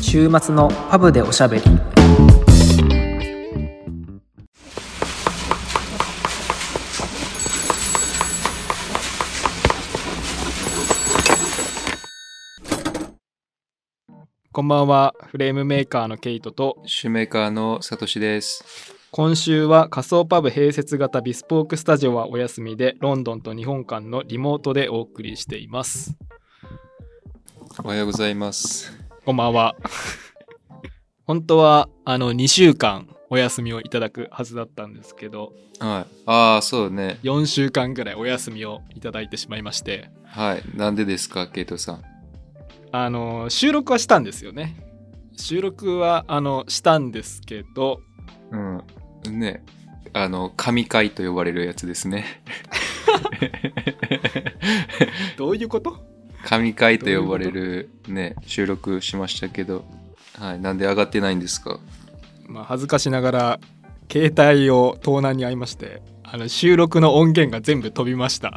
週末のパブでおしゃべりこんばんは。フレームメーカーのケイトと、シュメーカーのサトシです。今週は仮想パブ併設型ビスポークスタジオはお休みで、ロンドンと日本間のリモートでお送りしています。おはようございます。こんばんは。本当は、あの、2週間お休みをいただくはずだったんですけど、はい。ああ、そうね。 4週間ぐらいお休みをいただいてしまいまして、はい。なんでですか、ケイトさん。あの、収録はしたんですよね。収録は、あの、したんですけど、うん。ね。あの、神回と呼ばれるやつですね。 どういうこと神回と呼ばれるね、収録しましたけど。はい。なんで上がってないんですかまあ、恥ずかしながら携帯を盗難に遭いましてあの収録の音源が全部飛びました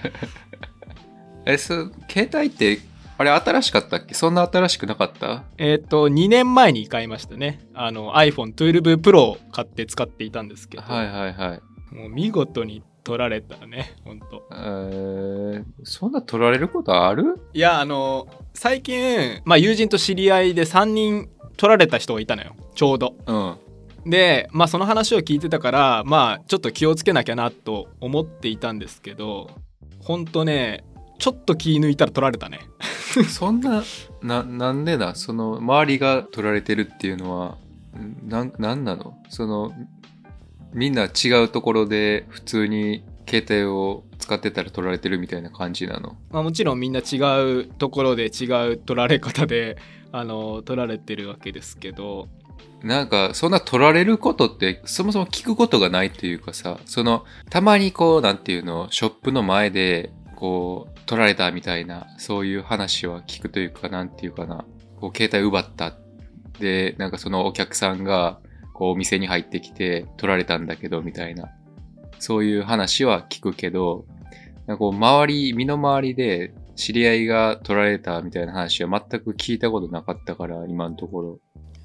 え、そう、携帯って、あれ新しかったっけそんな新しくなかったえっと2年前に買いましたねあの iPhone12 Pro を買って使っていたんですけど、はいはいはい。もう見事に取られたねほんとえー、そんな取られることあるいやあの最近、まあ、友人と知り合いで3人取られた人がいたのよちょうどうん。で、まあ、その話を聞いてたから、まあ、ちょっと気をつけなきゃなと思っていたんですけどほんとねちょっと気抜いたら取られたねそんな、な、なんでな、その、周りが取られてるっていうのは、んなん、なんなのその、みんな違うところで普通に携帯を使ってたら取られてるみたいな感じなのまあ、もちろんみんな違うところで違う取られ方で あの取られてるわけですけどなんか、そんな取られることって、そもそも聞くことがないというかさ、その、たまにこう、なんていうの、ショップの前で、こう、取られたみたいな、そういう話は聞くというか、なんていうかな、こう、携帯奪った。で、なんかそのお客さんが、こう、お店に入ってきて、取られたんだけど、みたいな、そういう話は聞くけど、なんかこう、周り、身の回りで、知り合いが取られたみたいな話は全く聞いたことなかったから、今のところ。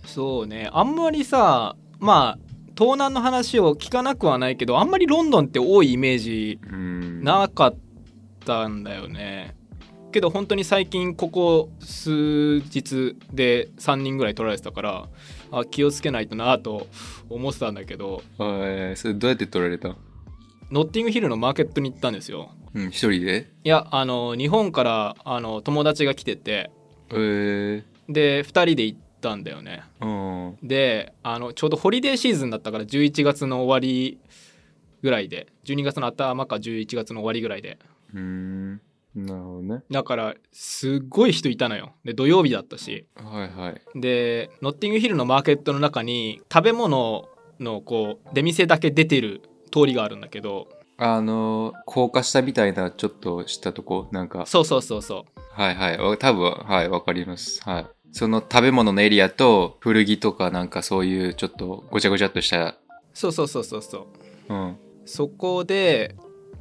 そうねあんまりさまあ盗難の話を聞かなくはないけどあんまりロンドンって多いイメージうん。なかったんだよねけど本当に最近ここ数日で3人ぐらい取られてたからあ気をつけないとなと思ってたんだけどえー、それどうやって取られたのノッティングヒルのマーケットに行ったんですようん、一人でいやあの日本からあの友達が来ててえで2人で行ったんだよねー、うん。であのちょうどホリデーシーズンだったから11月の終わりぐらいで12月の頭か11月の終わりぐらいでうーん。なるほどね。だからすっごい人いたのよで土曜日だったしはいはい。でノッティングヒルのマーケットの中に食べ物のこう出店だけ出てる通りがあるんだけどあの、高架下みたいな、ちょっとしたとこ、なんか。そうそうそうそうはいはい。わ多分、はい、わかります。はい。その食べ物のエリアと、古着とかなんかそういう、ちょっとごちゃごちゃっとした、そうそうそうそうそううん。そこで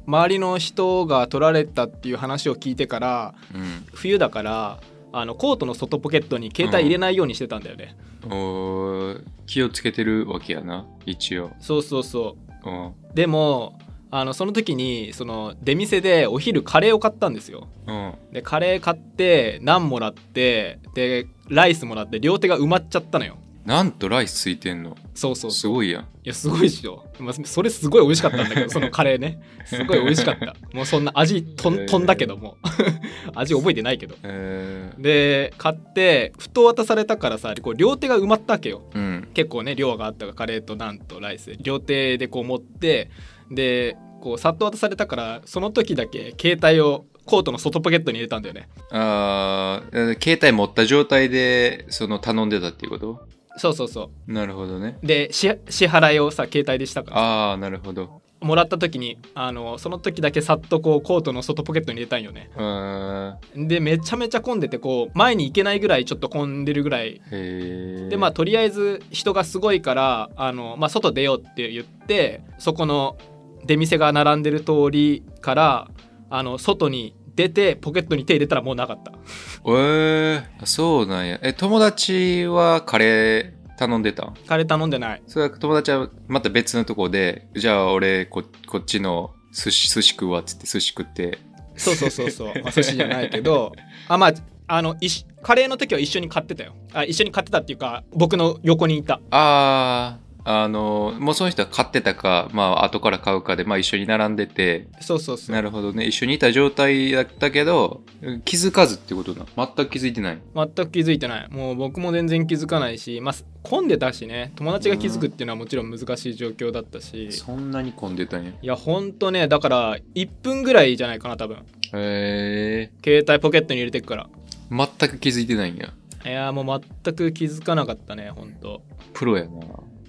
周りの人が取られたっていう話を聞いてからうん。冬だからあのコートの外ポケットに携帯入れないようにしてたんだよね、おー気をつけてるわけやな、一応。そうそうそううん。でもあのその時にその出店でお昼カレーを買ったんですようん。でカレー買ってナンもらってでライスもらって両手が埋まっちゃったのよなんとライスついてんの。そうそうすそうごいやん。いやすごいでしょ、まあ、それすごい美味しかったんだけどそのカレー ねすごい美味しかったもうそんな味とん飛んだけども 味覚えてないけどえで買ってふと渡されたからさこう両手が埋まったわけよー、うん。結構ね量があったからカレーとナンとライス両手でこう持ってでこうさっと渡されたからその時だけ携帯をコートの外ポケットに入れたんだよねああ、えー携帯持った状態で、その頼んでたっていうことそうそうそなるほどね。うで支支払いをさ携帯でしたからああ、なるほど。もらった時にあのその時だけさっとこうコートの外ポケットに入れたんよねうーん。でめちゃめちゃ混んでてこう前に行けないぐらいちょっと混んでるぐらいへえ。でまあ、とりあえず人がすごいからあの、まあ、外出ようって言ってそこの出店が並んでる通りからあの外に出てポケットに手入れたらもうなかったえー、そうなんや。え、友達はカレー頼んでたんカレー頼んでないそれは友達はまた別のとこで、じゃあ俺こ、こっちの寿司、寿司食うわっつって寿司食って。そうそうそうそう、まあ、寿司じゃないけどあまああのいしカレーの時は一緒に買ってたよあ一緒に買ってたっていうか僕の横にいたあー、あの、もうその人は買ってたか、まあ後から買うかで、まあ一緒に並んでて、そうそうそうなるほどね。一緒にいた状態だったけど、気づかずってことな。全く気づいてない。全く気づいてないもう僕も全然気づかないし、まあ、混んでたしね友達が気づくっていうのはもちろん難しい状況だったし、そんなに混んでたんや。いやほんとねだから1分ぐらいじゃないかな多分へえ携帯ポケットに入れてくからー、全く気づいてないんや。いやもう全く気づかなかったねほんとプロやな。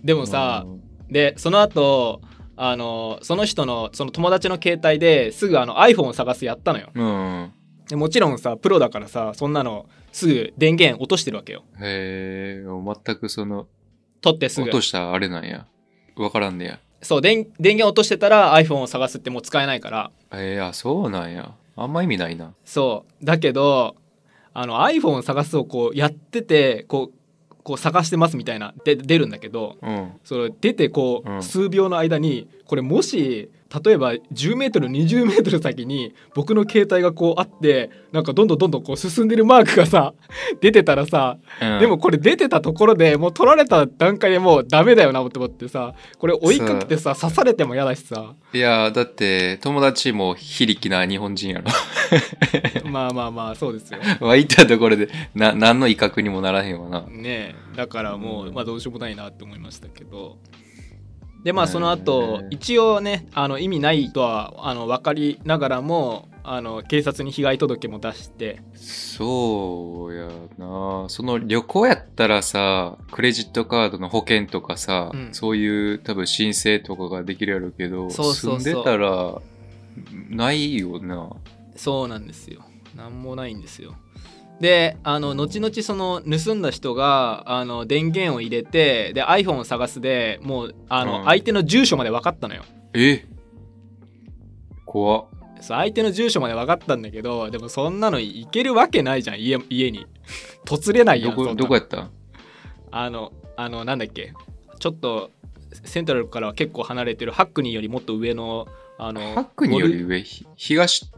でもさ、でその後あのその人のその友達の携帯ですぐあの iPhone を探すやったのようん。でもちろんさプロだからさそんなのすぐ電源落としてるわけよへえ、全くその、取ってすぐ落としたあれなんや。わからんねや。そう電電源落としてたら iPhone を探すってもう使えないからえー、あ、そうなんや。あんま意味ないな。そうだけどあの iPhone を探すをこうやっててこうこう探してますみたいなで出るんだけどうん。それ出てこう、うん数秒の間にこれもし例えば10メートル20メートル先に僕の携帯がこうあってなんかどんどんどんどんこう進んでるマークがさ 出てたらさ、うんでも、これ出てたところでもう取られた段階でもうダメだよなと思ってさこれ追いかけてさ刺されても嫌だしさいやー、だって、友達も非力な日本人やろ。 まあまあまあそうですよ。湧いたところで、な、何の威嚇にもならへんわな。ねえだからもう、うんまあ、どうしようもないなって思いましたけどでまあそのへ後え一応ねあの意味ないとはあの分かりながらもあの警察に被害届も出してそうやなその旅行やったらさクレジットカードの保険とかさ、うんそういう多分申請とかができるやろうけどそうそうそう住んでたらないよなそうなんですよなんもないんですよであの後々その盗んだ人があの電源を入れてで iPhone を探すでもうあうのん相手の住所まで分かったのよ、え怖っそう相手の住所まで分かったんだけどでもそんなの行けるわけないじゃん家家に突れないやどんそんなこのどこやったんあの、あの、なんだっけ、ちょっとセントラルからは結構離れてるハックニーよりもっと上の、あの、ハックによウォりル上ひ東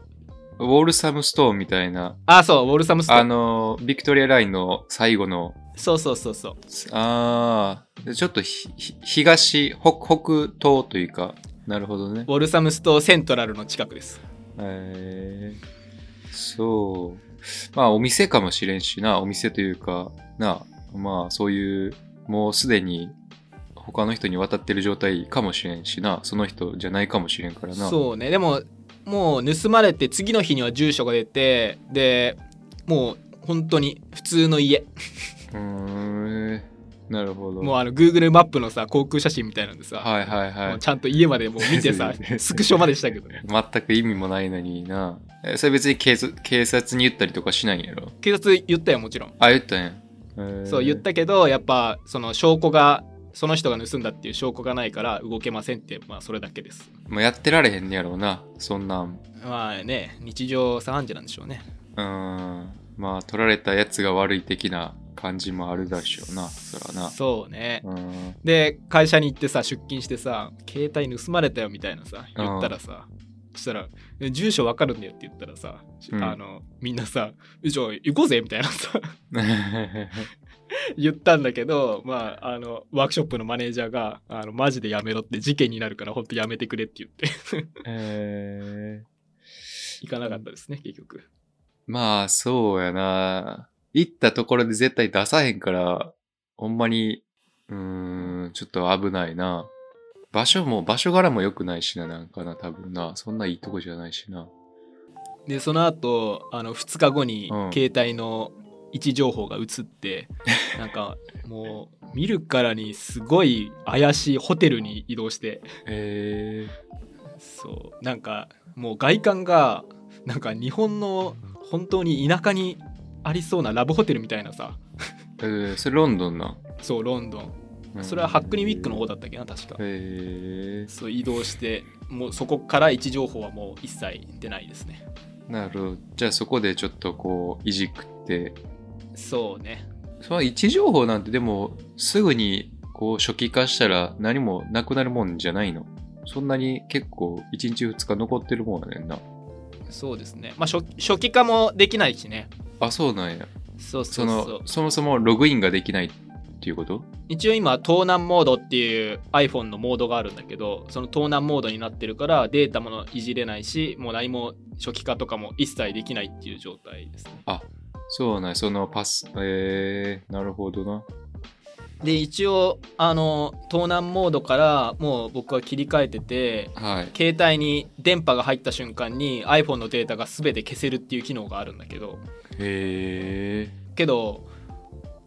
ウォルサムストーンみたいなあ、そう、ウォルサムストあーン。のビクトリアラインの最後のそうそうそうそう。ああ、ちょっとひひ東、北、北東というか、なるほどねウ。ォルサムストーンセントラルの近くです。えー、そう。まあ、お店かもしれんしな、お店というか、なあ、まあ、そういう、もうすでに、他の人に渡ってる状態かもしれんしな、その人じゃないかもしれんからな。そうね。でも、もう盗まれて次の日には住所が出て、で、もう本当に普通の家。うーん、なるほど。もうあの、Google マップのさ、航空写真みたいなんでさ、はいはいはもうい。、ちゃんと家までもう見てさ スクショまでしたけどね。全く意味もないのにな。えそれ別に警察警察に言ったりとかしないんやろ。警察言ったよ、もちろん。あ、言ったんや。えーそう言ったけどやっぱその証拠がその人が盗んだっていう証拠がないから動けませんってまあそれだけですもうやってられへんねやろうなそんなんまあね日常茶飯事なんでしょうねうーんまあ取られたやつが悪い的な感じもあるだしょうなそらなそうねう ーんで会社に行ってさ出勤してさ携帯盗まれたよみたいなさ言ったらさそしたらえ「住所わかるんだよ」って言ったらさ、うんあのみんなさ「じゃあ行こうぜ」みたいなさ 言ったんだけどまああのワークショップのマネージャーがあの「マジでやめろ」って事件になるからほんとやめてくれって言ってえー行かなかったですね結局まあそうやな行ったところで絶対出さへんからほんまにうーんちょっと危ないな場所も場所柄も良くないしななんかな多分なそんないいとこじゃないしなでその後あの2日後にうん携帯の位置情報が移って、 なんかもう見るからにすごい怪しいホテルに移動してえそうなんかもう外観がなんか日本の本当に田舎にありそうなラブホテルみたいなさー、えー、それロンドンなそうロンドンうんそれはハックニーウィックの方だったっけな確かへえそう移動してもうそこから位置情報はもう一切出ないですねなるほど。じゃあそこでちょっとこう、いじくって。そうねその位置情報なんてでも、すぐにこう、初期化したら何もなくなるもんじゃないのそんなに結構、1日2日残ってるもんやねんな。そうですねまあ初初期化もできないしねあ、そうなんや。そうそそうそうの、そもそもログインができないっていうこと一応今盗難モードっていう iPhone のモードがあるんだけどその盗難モードになってるからデータもいじれないしもう何も初期化とかも一切できないっていう状態ですねそうなんや。そのパス、えー、なるほどな。で一応あの盗難モードからもう僕は切り替えててはい。携帯に電波が入った瞬間に iPhone のデータが全て消せるっていう機能があるんだけどへけど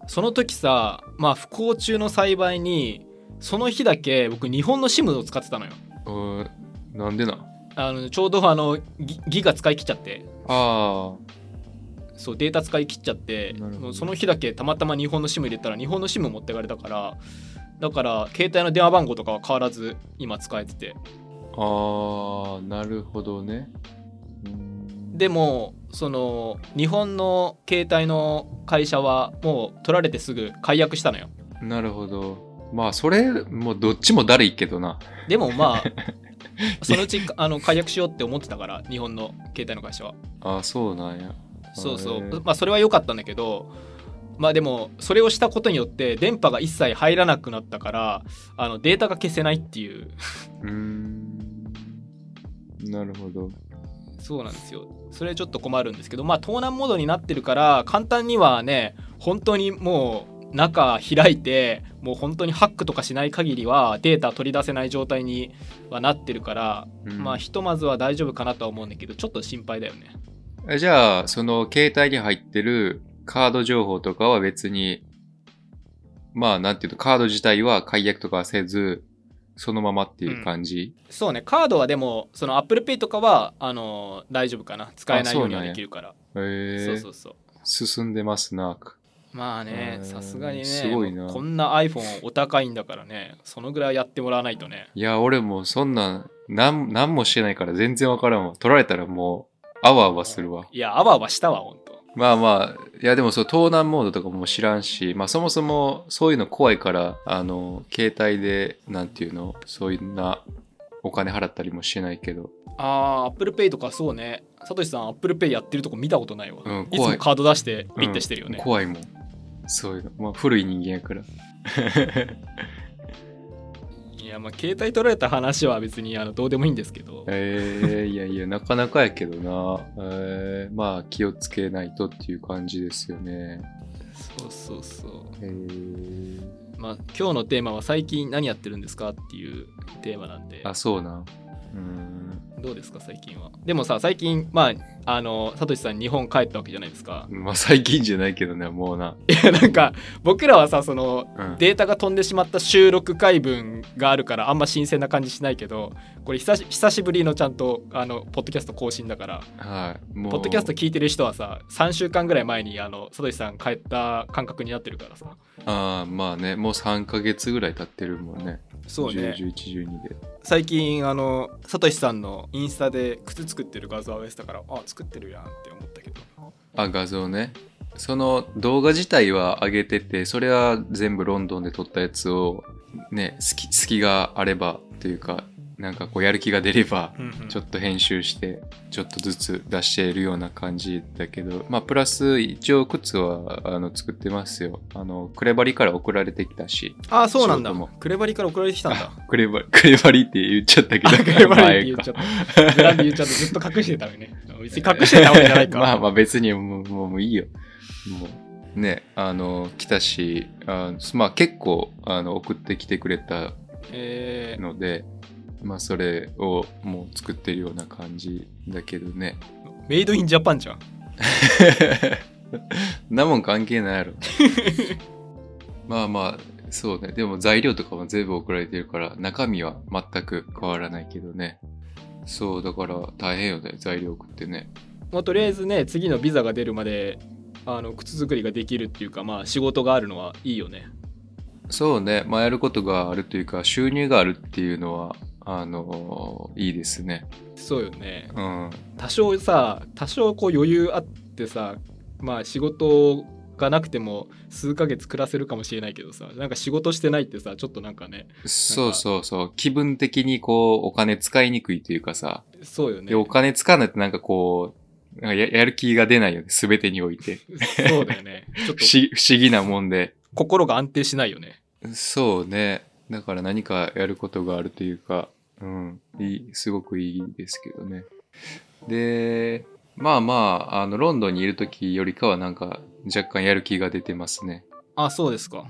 その時さまあ不幸中の栽培にその日だけ僕日本の SIM を使ってたのよー。うんなんでなあのちょうどあのギギガ使い切っちゃってあそうデータ使い切っちゃってなるほどその日だけたまたま日本の SIM 入れたら日本の SIM 持ってかれたからだから携帯の電話番号とかは変わらず今使えててあ。ああ、なるほどね。うんでもその日本の携帯の会社はもう取られてすぐ解約したのよなるほど。まあ、それ、もうどっちもだるいけどな。でも まあそのうちあの解約しようって思ってたから日本の携帯の会社はああ、そうなんや。そうそへえうまあそれは良かったんだけどまあでもそれをしたことによって電波が一切入らなくなったからあのデータが消せないっていう うーん。なるほど。そうなんですよそれちょっと困るんですけどまあ盗難モードになってるから簡単にはね本当にもう中開いてもう本当にハックとかしない限りはデータ取り出せない状態にはなってるから、うんまあひとまずは大丈夫かなとは思うんだけどちょっと心配だよねえじゃあ、その携帯に入ってるカード情報とかは別に、まあなんていうの、カード自体は解約とかはせず、そのままっていう感じ、そうねカードはでもその ApplePay とかはあのー大丈夫かな使えないようにはあそうなんやできるからそう,、へえそうそう進んでますな。まあねへーさすがにねすごいなこんな iPhone お高いんだからねそのぐらいやってもらわないとねいや、俺もそんなん、なん、なんもしてないから全然わからんわ。取られたらもう、あわあわするわ。いやあわあわしたわほんとまあまあ、いやでもそう、盗難モードとかも知らんし、まあそもそもそういうの怖いから、あの、携帯で、なんていうの、そういうな、お金払ったりもしないけど、あー ApplePay とかそうねさとしさん ApplePay やってるとこ見たことないわ、うんいつ怖もいカード出してピッてしてるよね、うん怖いもん。そういうの。まあ古い人間やから。いやまあ携帯取られた話は別にあのどうでもいいんですけどえー、いやいや、なかなかやけどな。えー、まあ気をつけないとっていう感じですよね。そうそうそうえー、まあ今日のテーマは最近何やってるんですかっていうテーマなんであ、そうなん。うーん。どうですか最近はでもさ最近まああのサトシさん日本帰ったわけじゃないですか まあ最近じゃないけどね、もうな。いやなんか僕らはさそのうん、データが飛んでしまった収録回分があるからあんま新鮮な感じしないけどこれ久し久しぶりのちゃんとあのポッドキャスト更新だからはい。もうポッドキャスト聞いてる人はさ3週間ぐらい前にあのサトシさん帰った感覚になってるからさああ、まあね、もう3ヶ月ぐらい経ってるもんね。そうね10、11、12で。最近あのサトシさんのインスタで靴作ってる画像を上げてたからあ作ってるやんって思ったけどあ、画像ね。その動画自体は上げてて、それは全部ロンドンで撮ったやつを、ね、隙隙があればというか、なんかこうやる気が出れば、ちょっと編集して、ちょっとずつ出しているような感じだけど、まあ、プラス一応靴はあの作ってますよ。あの、クレバリから送られてきたし、ああそうなん仕だ事もクレバリから送られてきたんだ クレバクレバリって言っちゃったけど、 あクレバリって言っちゃ前かったブランド言っちゃったずっと隠してたのにね別に隠してたわけじゃ ないか まあまあ別にもうもうもういいよ。もうね、あの、来たし、あまあ結構あの送ってきてくれたえーので、まあそれをもう作ってるような感じだけどね。メイドインジャパンじゃんんなもん関係な いやろ。まあまあ、そうね。でも材料とかも全部送られてるから、中身は全く変わらないけどね。そう、だから大変よね。材料送ってね。まあとりあえずね次のビザが出るまであの靴作りができるっていうかまあ仕事があるのはいいよねそうね、まあ、やることがあるというか収入があるっていうのはあのいいですね。そうよねうん。多少さ多少こう余裕あってさまあ仕事がなくても数ヶ月暮らせるかもしれないけどさなんか仕事してないってさちょっとなんかねそうそうそう。気分的にこう、お金使いにくいというかさ。そうよねで、お金使わないとなんかこう、なんかややる気が出ないよね。すべてにおいて。そうだよねちょっ不と思不思議なもんで。心が安定しないよねそうね。だから何かやることがあるというか、うん、いい、すごくいいですけどね。で、まあまあ、あの、ロンドンにいる時よりかはなんか、若干やる気が出てますね。あそうですか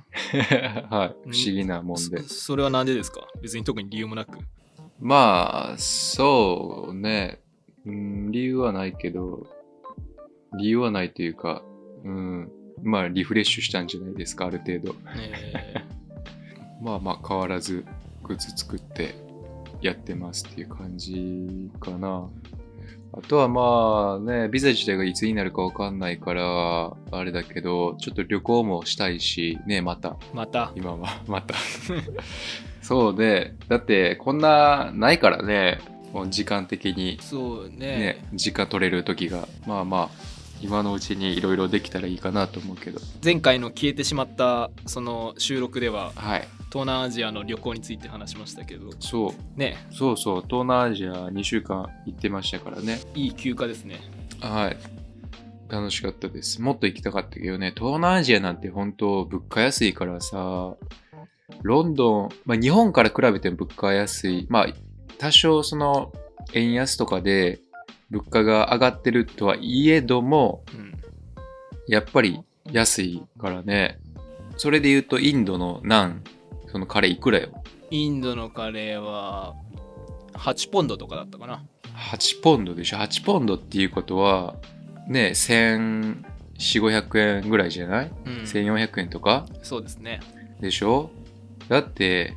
はい。不思議なもんでそ。それはなんでですか別に特に理由もなくまあ、そうね。うん、理由はないけど、理由はないというか、うん、まあ、リフレッシュしたんじゃないですか、ある程度。えまあまあ、変わらず、グッズ作ってやってますっていう感じかな。あとはまあね、ビザ自体がいつになるかわかんないから、あれだけど、ちょっと旅行もしたいし、ね、また。ーまた今は またそうでだってこんなないからねもう時間的にそうねね時間取れる時がまあまあ今のうちにいろいろできたらいいかなと思うけど前回の消えてしまったその収録でははい東南アジアの旅行について話しましたけどそうねそうそう東南アジア2週間行ってましたからねいい休暇ですねはい楽しかったですもっと行きたかったけどね東南アジアなんて本当物価安いからさロンドン、まあ、日本から比べても物価安いまあ多少その円安とかで物価が上がってるとはいえどもうんやっぱり安いからねそれで言うとインドのナンそのカレーいくらよインドのカレーは8ポンドとかだったかな8ポンドでしょ8ポンドっていうことはね1400500円ぐらいじゃない、うん1400円とかそうですねでしょだって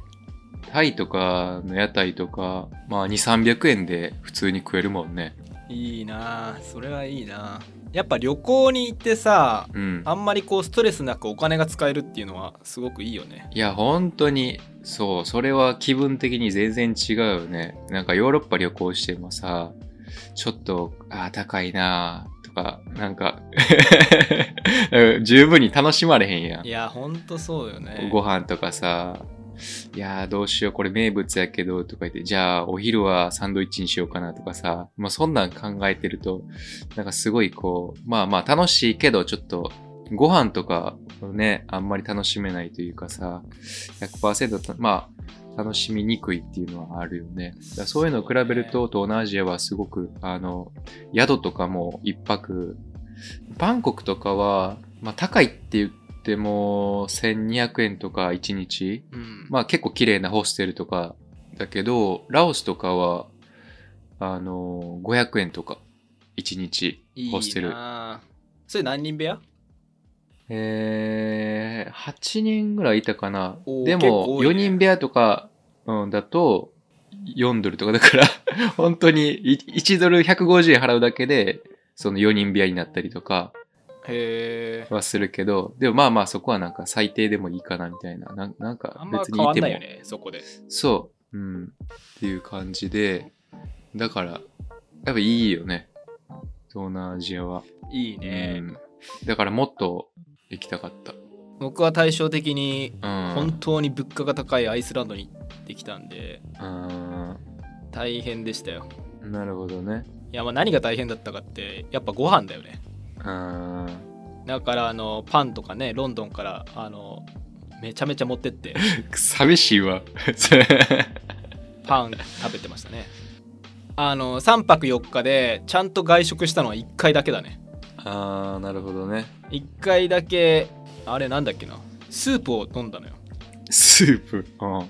タイとかの屋台とかまあ2300円で普通に食えるもんねいいなあそれはいいなあやっぱ旅行に行ってさうんあんまりこうストレスなくお金が使えるっていうのはすごくいいよねいや本当にそうそれは気分的に全然違うよねなんかヨーロッパ旅行してもさちょっとあー高いなーとかなんか 十分に楽しまれへんやんいやほんとそうよねご飯とかさ、いやーどうしよう、これ名物やけど、とか言って、じゃあお昼はサンドイッチにしようかなとかさ、まあそんなん考えてると、なんかすごいこう、まあまあ楽しいけど、ちょっと、ご飯とかをね、あんまり楽しめないというかさ、100%たまあ、楽しみにくいっていうのはあるよね。だからそういうのを比べると、東南アジアはすごく、あの、宿とかも一泊、バンコクとかは、まあ高いって言っても、1200円とか1日、うんまあ結構綺麗なホステルとかだけど、ラオスとかは、あの、500円とか、1日、ホステル。いいなあそれ何人部屋えー、8人ぐらいいたかな。おーで結構も、多いね4人部屋とか、うん、だと、4ドルとか、だから、 本当にい1ドル150円払うだけで、その4人部屋になったりとかへえはするけど、でもまあまあそこはなんか最低でもいいかなみたいな。なんなんかあんま別に変わいんてなも。いよねそこでそう。うん。っていう感じで、だから、やっぱいいよね。東南アジアは。いいね、うん。だからもっと行きたかった。僕は対照的にうん。本当に物価が高いアイスランドに行ってきたんであ大変でしたよーなるほどね。いやまあ何が大変だったかってやっぱご飯だよねあだからあのパンとかねロンドンからあのめちゃめちゃ持ってってー寂しいわ。パン食べてましたねあの3泊4日でちゃんと外食したのは1回だけだね ああ、なるほどね。 1回だけあれなんだっけなスープを飲んだのよスープ。うん。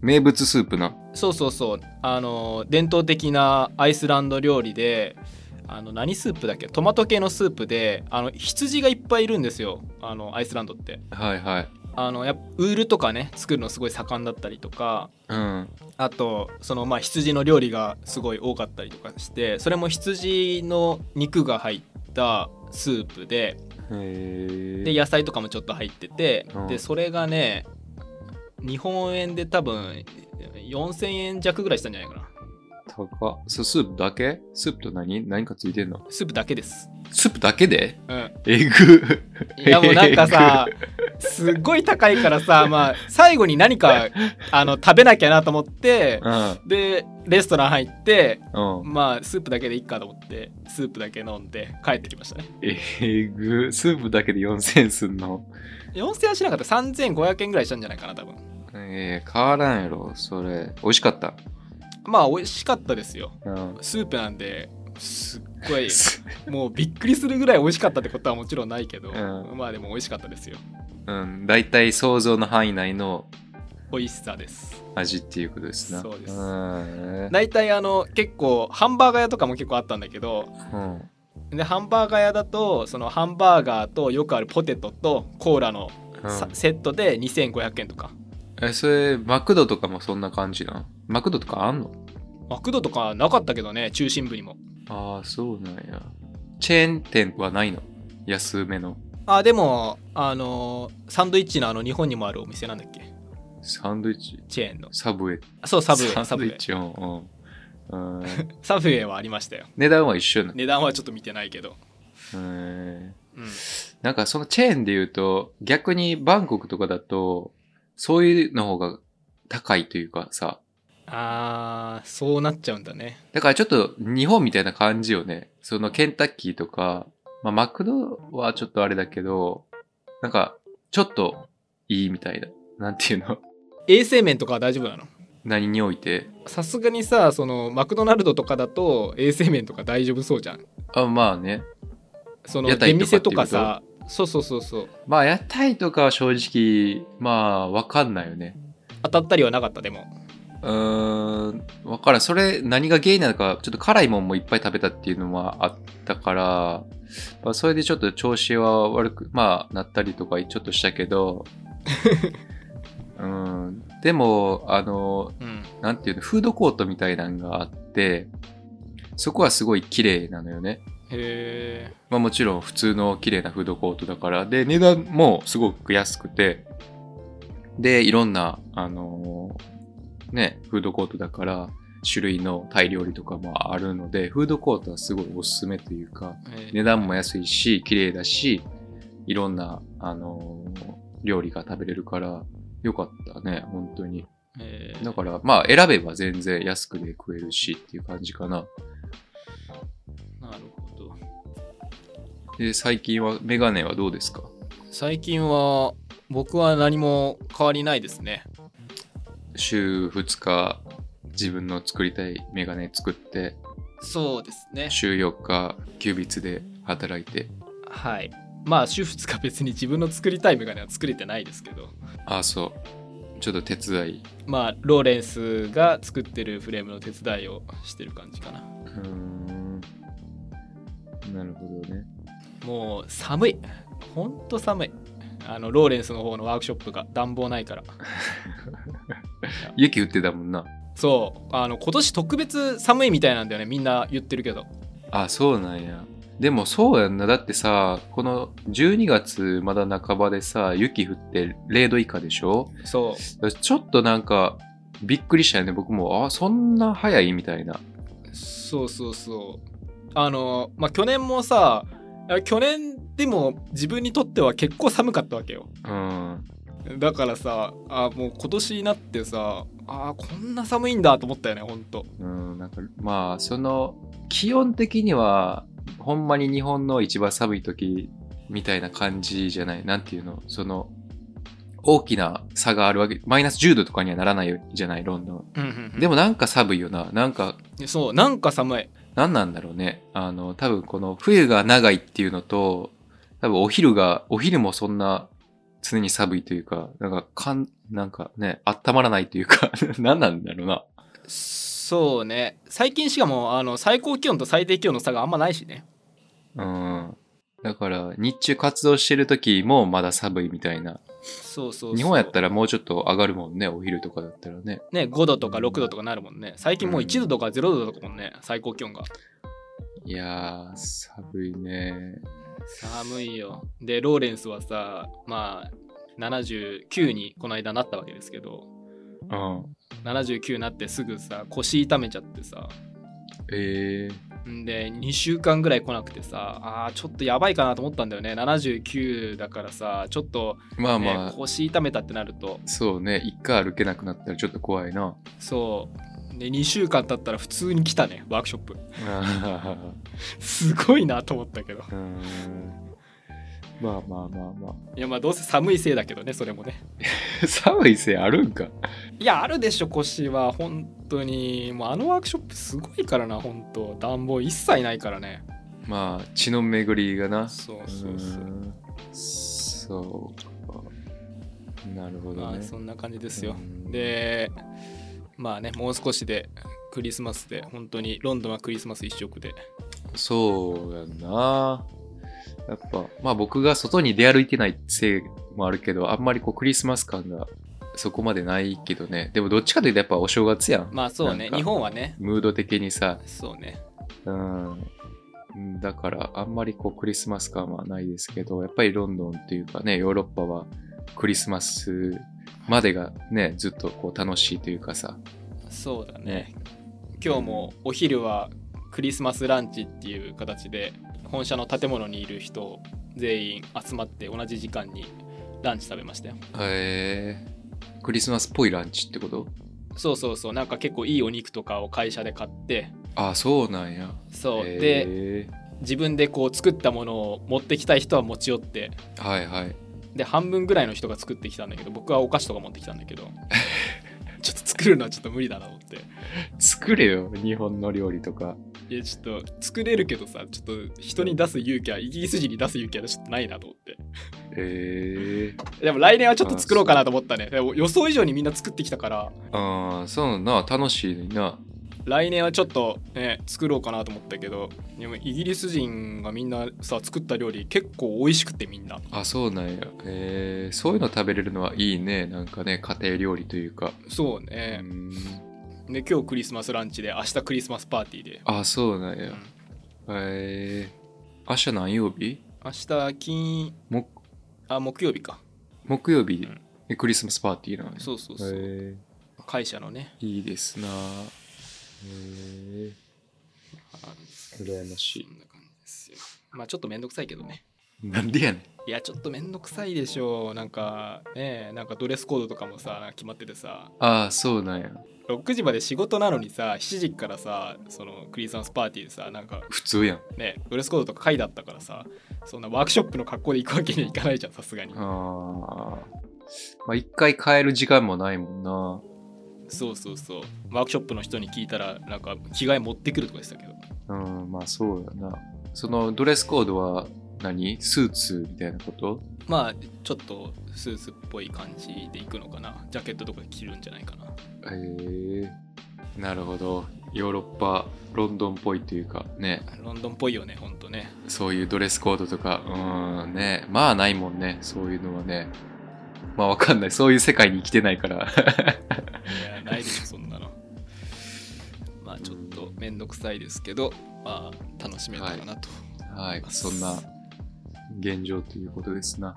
名物スープな。そうそうそうあの伝統的なアイスランド料理であの何スープだっけトマト系のスープであの羊がいっぱいいるんですよあのアイスランドってはいはい。あのやっぱウールとかね作るのすごい盛んだったりとかうん。あとそのまあ羊の料理がすごい多かったりとかしてそれも羊の肉が入ったスープでへでえ。野菜とかもちょっと入っててうんでそれがね日本円で多分4000円弱ぐらいしたんじゃないかな高っそスープだけスープと何何かついてんのスープだけですスープだけでうんえぐいやもうなんか さすっごい高いからさまあ最後に何 かあの食べなきゃなと思ってうんでレストラン入ってうんまあスープだけでいいかと思ってスープだけ飲んで帰ってきましたねえぐスープだけで4000円すんの4000円はしなかった3500円ぐらいしたんじゃないかな多分えー、変わらんやろそれ美味しかったまあ美味しかったですようんスープなんですっご いすもうびっくりするぐらい美味しかったってことはもちろんないけど、うまあでも美味しかったですようん大体、想像の範囲内の美味しさです味っていうことですなそうですん大体あの結構ハンバーガー屋とかも結構あったんだけどうんでハンバーガー屋だとそのハンバーガーとよくあるポテトとコーラのさ、セットで2500円とかえそれマクドとかもそんな感じなんマクドとかあんのマクドとかなかったけどね中心部にもああそうなんやチェーン店はないの安めのあでもあのーサンドイッチのあの日本にもあるお店なんだっけサンドイッチチェーンのサブウェイあそうサブウェイササンドブウイッェイチうんうんうんサブウェイはありましたよ値段は一緒なの、値段はちょっと見てないけどうんうんなんかそのチェーンで言うと逆にバンコクとかだとそういうの方が高いというかさあーそうなっちゃうんだねだからちょっと日本みたいな感じよね。そのケンタッキーとか、まあ、マクドはちょっとあれだけど、なんかちょっといいみたいな。なんていうの 衛生面とかは大丈夫なの何において。さすがにさそのマクドナルドとかだと衛生面とか大丈夫そうじゃんあまあね。その屋台出店ととかかさそうそうそうそうまあ屋台とかは正直、まあわかんないよね。当たったりはなかったでもうーん、わからん。それ何が原因なのか、ちょっと辛いもんもいっぱい食べたっていうのはあったから、まあ、それでちょっと調子は悪く、まあなったりとかちょっとしたけど、うーん、でも、あの、うんなんていうの、フードコートみたいなのがあって、そこはすごい綺麗なのよね。へえまあもちろん普通の綺麗なフードコートだから、で、値段もすごく安くて、で、いろんな、あのーね、フードコートだから、種類のタイ料理とかもあるので、フードコートはすごいおすすめというか、値段も安いし、綺麗だし、いろんな、あのー料理が食べれるから、よかったね、本当に。えだから、まあ、選べば全然安くで食えるしっていう感じかな。なるほどで、最近は、メガネはどうですか最近は僕は何も変わりないですね週2日自分の作りたいメガネ作ってそうですね週4日休日で働いてはいまあ主婦つか別に自分の作りたいメガネは作れてないですけどああそうちょっと手伝いまあローレンスが作ってるフレームの手伝いをしてる感じかなうーんなるほどねもう寒いほんと寒いあのローレンスの方のワークショップが暖房ないから雪降ってたもんなそうあの今年特別寒いみたいなんだよねみんな言ってるけどあそうなんやでもそうやんなだってさこの12月まだ半ばでさ雪降って0度以下でしょそうだからちょっとなんかびっくりしたよね僕もあそんな早いみたいなそうそうそうあのまあ去年もさ去年でも自分にとっては結構寒かったわけようんだからさあもう今年になってさあこんな寒いんだと思ったよねほんとうん、なんかまあその気温的にはほんまに日本の一番寒い時みたいな感じじゃないなんていうのその大きな差があるわけマイナス10度とかにはならないじゃないロンドンででももなんか寒いよななんかそうなんか寒い何なんだろうねあの多分この冬が長いっていうのと多分お昼がお昼もそんな常に寒いというかなんかかんなんかね温まらないというか 何なんだろうなそうね最近しかもあの最高気温と最低気温の差があんまないしねうん。だから、日中活動してる時もまだ寒いみたいな。そうそうそう日本やったらもうちょっと上がるもんね、お昼とかだったらね。ね5度とか6度とかなるもんね最近もう1度とか0度とかもんね最高気温がいやー、寒いね。寒いよでローレンスはさまあ79にこの間なったわけですけどうん。 79になってすぐさ腰痛めちゃってさえー、んで2週間ぐらい来なくてさあーちょっとやばいかなと思ったんだよね79だからさちょっと、まあねまあ、腰痛めたってなるとそうね一回歩けなくなったらちょっと怖い なそうで2週間経ったら普通に来たねワークショップあすごいなと思ったけどーうーんまあまあまあまいやまあどうせ寒いせいだけどねそれもねあ 寒いせいあるんかいやあるでしょ腰は本当にもうあのワークショップすごいからな本当暖房一切ないからねまあ血の巡りがなそうそうそうーんそうかなるほどまね、あそんな感じですようんでまあねもう少しでクリスマスで本当にロンドンはクリスマス一色でそうやんな。やっぱ、まあ僕が外に出歩いてないせいもあるけど、あんまりこうクリスマス感がそこまでないけどね。でもどっちかというとやっぱお正月やん。まあそうなんねか日本はねムード的にさ。そうねうん。だからあんまりこうクリスマス感はないですけど、やっぱりロンドンっていうかね、ヨーロッパはクリスマスまでがね、ずっとこう楽しいというかさ。そうだね今日もお昼はクリスマスランチっていう形で本社の建物にいる人全員集まって同じ時間にランチ食べましたよへえクリスマスっぽいランチってことそうそうそうなんか結構いいお肉とかを会社で買ってあそうなんや。そうでへえ自分でこう作ったものを持ってきたい人は持ち寄ってはいはい。で半分ぐらいの人が作ってきたんだけど僕はお菓子とか持ってきたんだけどちょっと作るのはちょっと無理だなと思って作れよ、日本の料理とか。いやちょっと作れるけどさちょっと人に出す勇気はイギリス人に出す勇気はちょっとないなと思ってええでも来年はちょっと作ろうかなと思ったねでも予想以上にみんな作ってきたからああ、そうな、楽しいな。来年はちょっと、ね、作ろうかなと思ったけどでもイギリス人がみんなさ作った料理結構美味しくてみんなあそうなんや。えー、そういうの食べれるのはいいね。なんかね、家庭料理というか。そううね、んで今日クリスマスランチで明日クリスマスパーティーであそうなんや。ええ明日何曜日明日金木あ木曜日か木曜日、うんえクリスマスパーティーなのそうそうそう、え会社のねーいいですな。えあえ羨ましそんな感じですよまあちょっとめんどくさいけどねい。なんでやねん。いやちょっとめんどくさいでしょうなんかねえなんかドレスコードとかもさなんか決まっててさああ、そうなんや。 6時まで仕事なのにさ7時からさそのクリスマスパーティーでさなんか普通やん。ねドレスコードとか書いてあったからさそんなワークショップの格好で行くわけにはいかないじゃんさすがにああ。まあ、一回変える時間もないもんな。そうそうそうワークショップの人に聞いたらなんか着替え持ってくるとかでしたけどうん、まあそうやな。そのドレスコードは何スーツみたいなことまあちょっとスーツっぽい感じで行くのかなジャケットとか着るんじゃないかなへえ。なるほど。ヨーロッパ、ロンドンっぽいというか、ね、ロンドンっぽいよねほんとねそういうドレスコードとか、うん、ね、まあないもんね、そういうのはね。まあわかんない。そういう世界に生きてないから。 いやないでしょそんなの まあちょっと面倒くさいですけどまあ楽しめたかなとはい、そんな現状ということですな。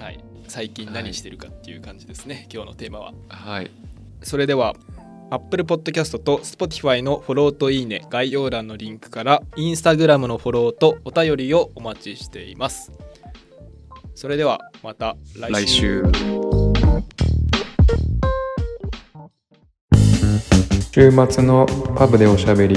はい、最近何してるかっていう感じですね、今日のテーマははい。それでは Apple Podcast と Spotify のフォローといいね概要欄のリンクから Instagram のフォローとお便りをお待ちしていますそれではまた来週。週末のパブでおしゃべり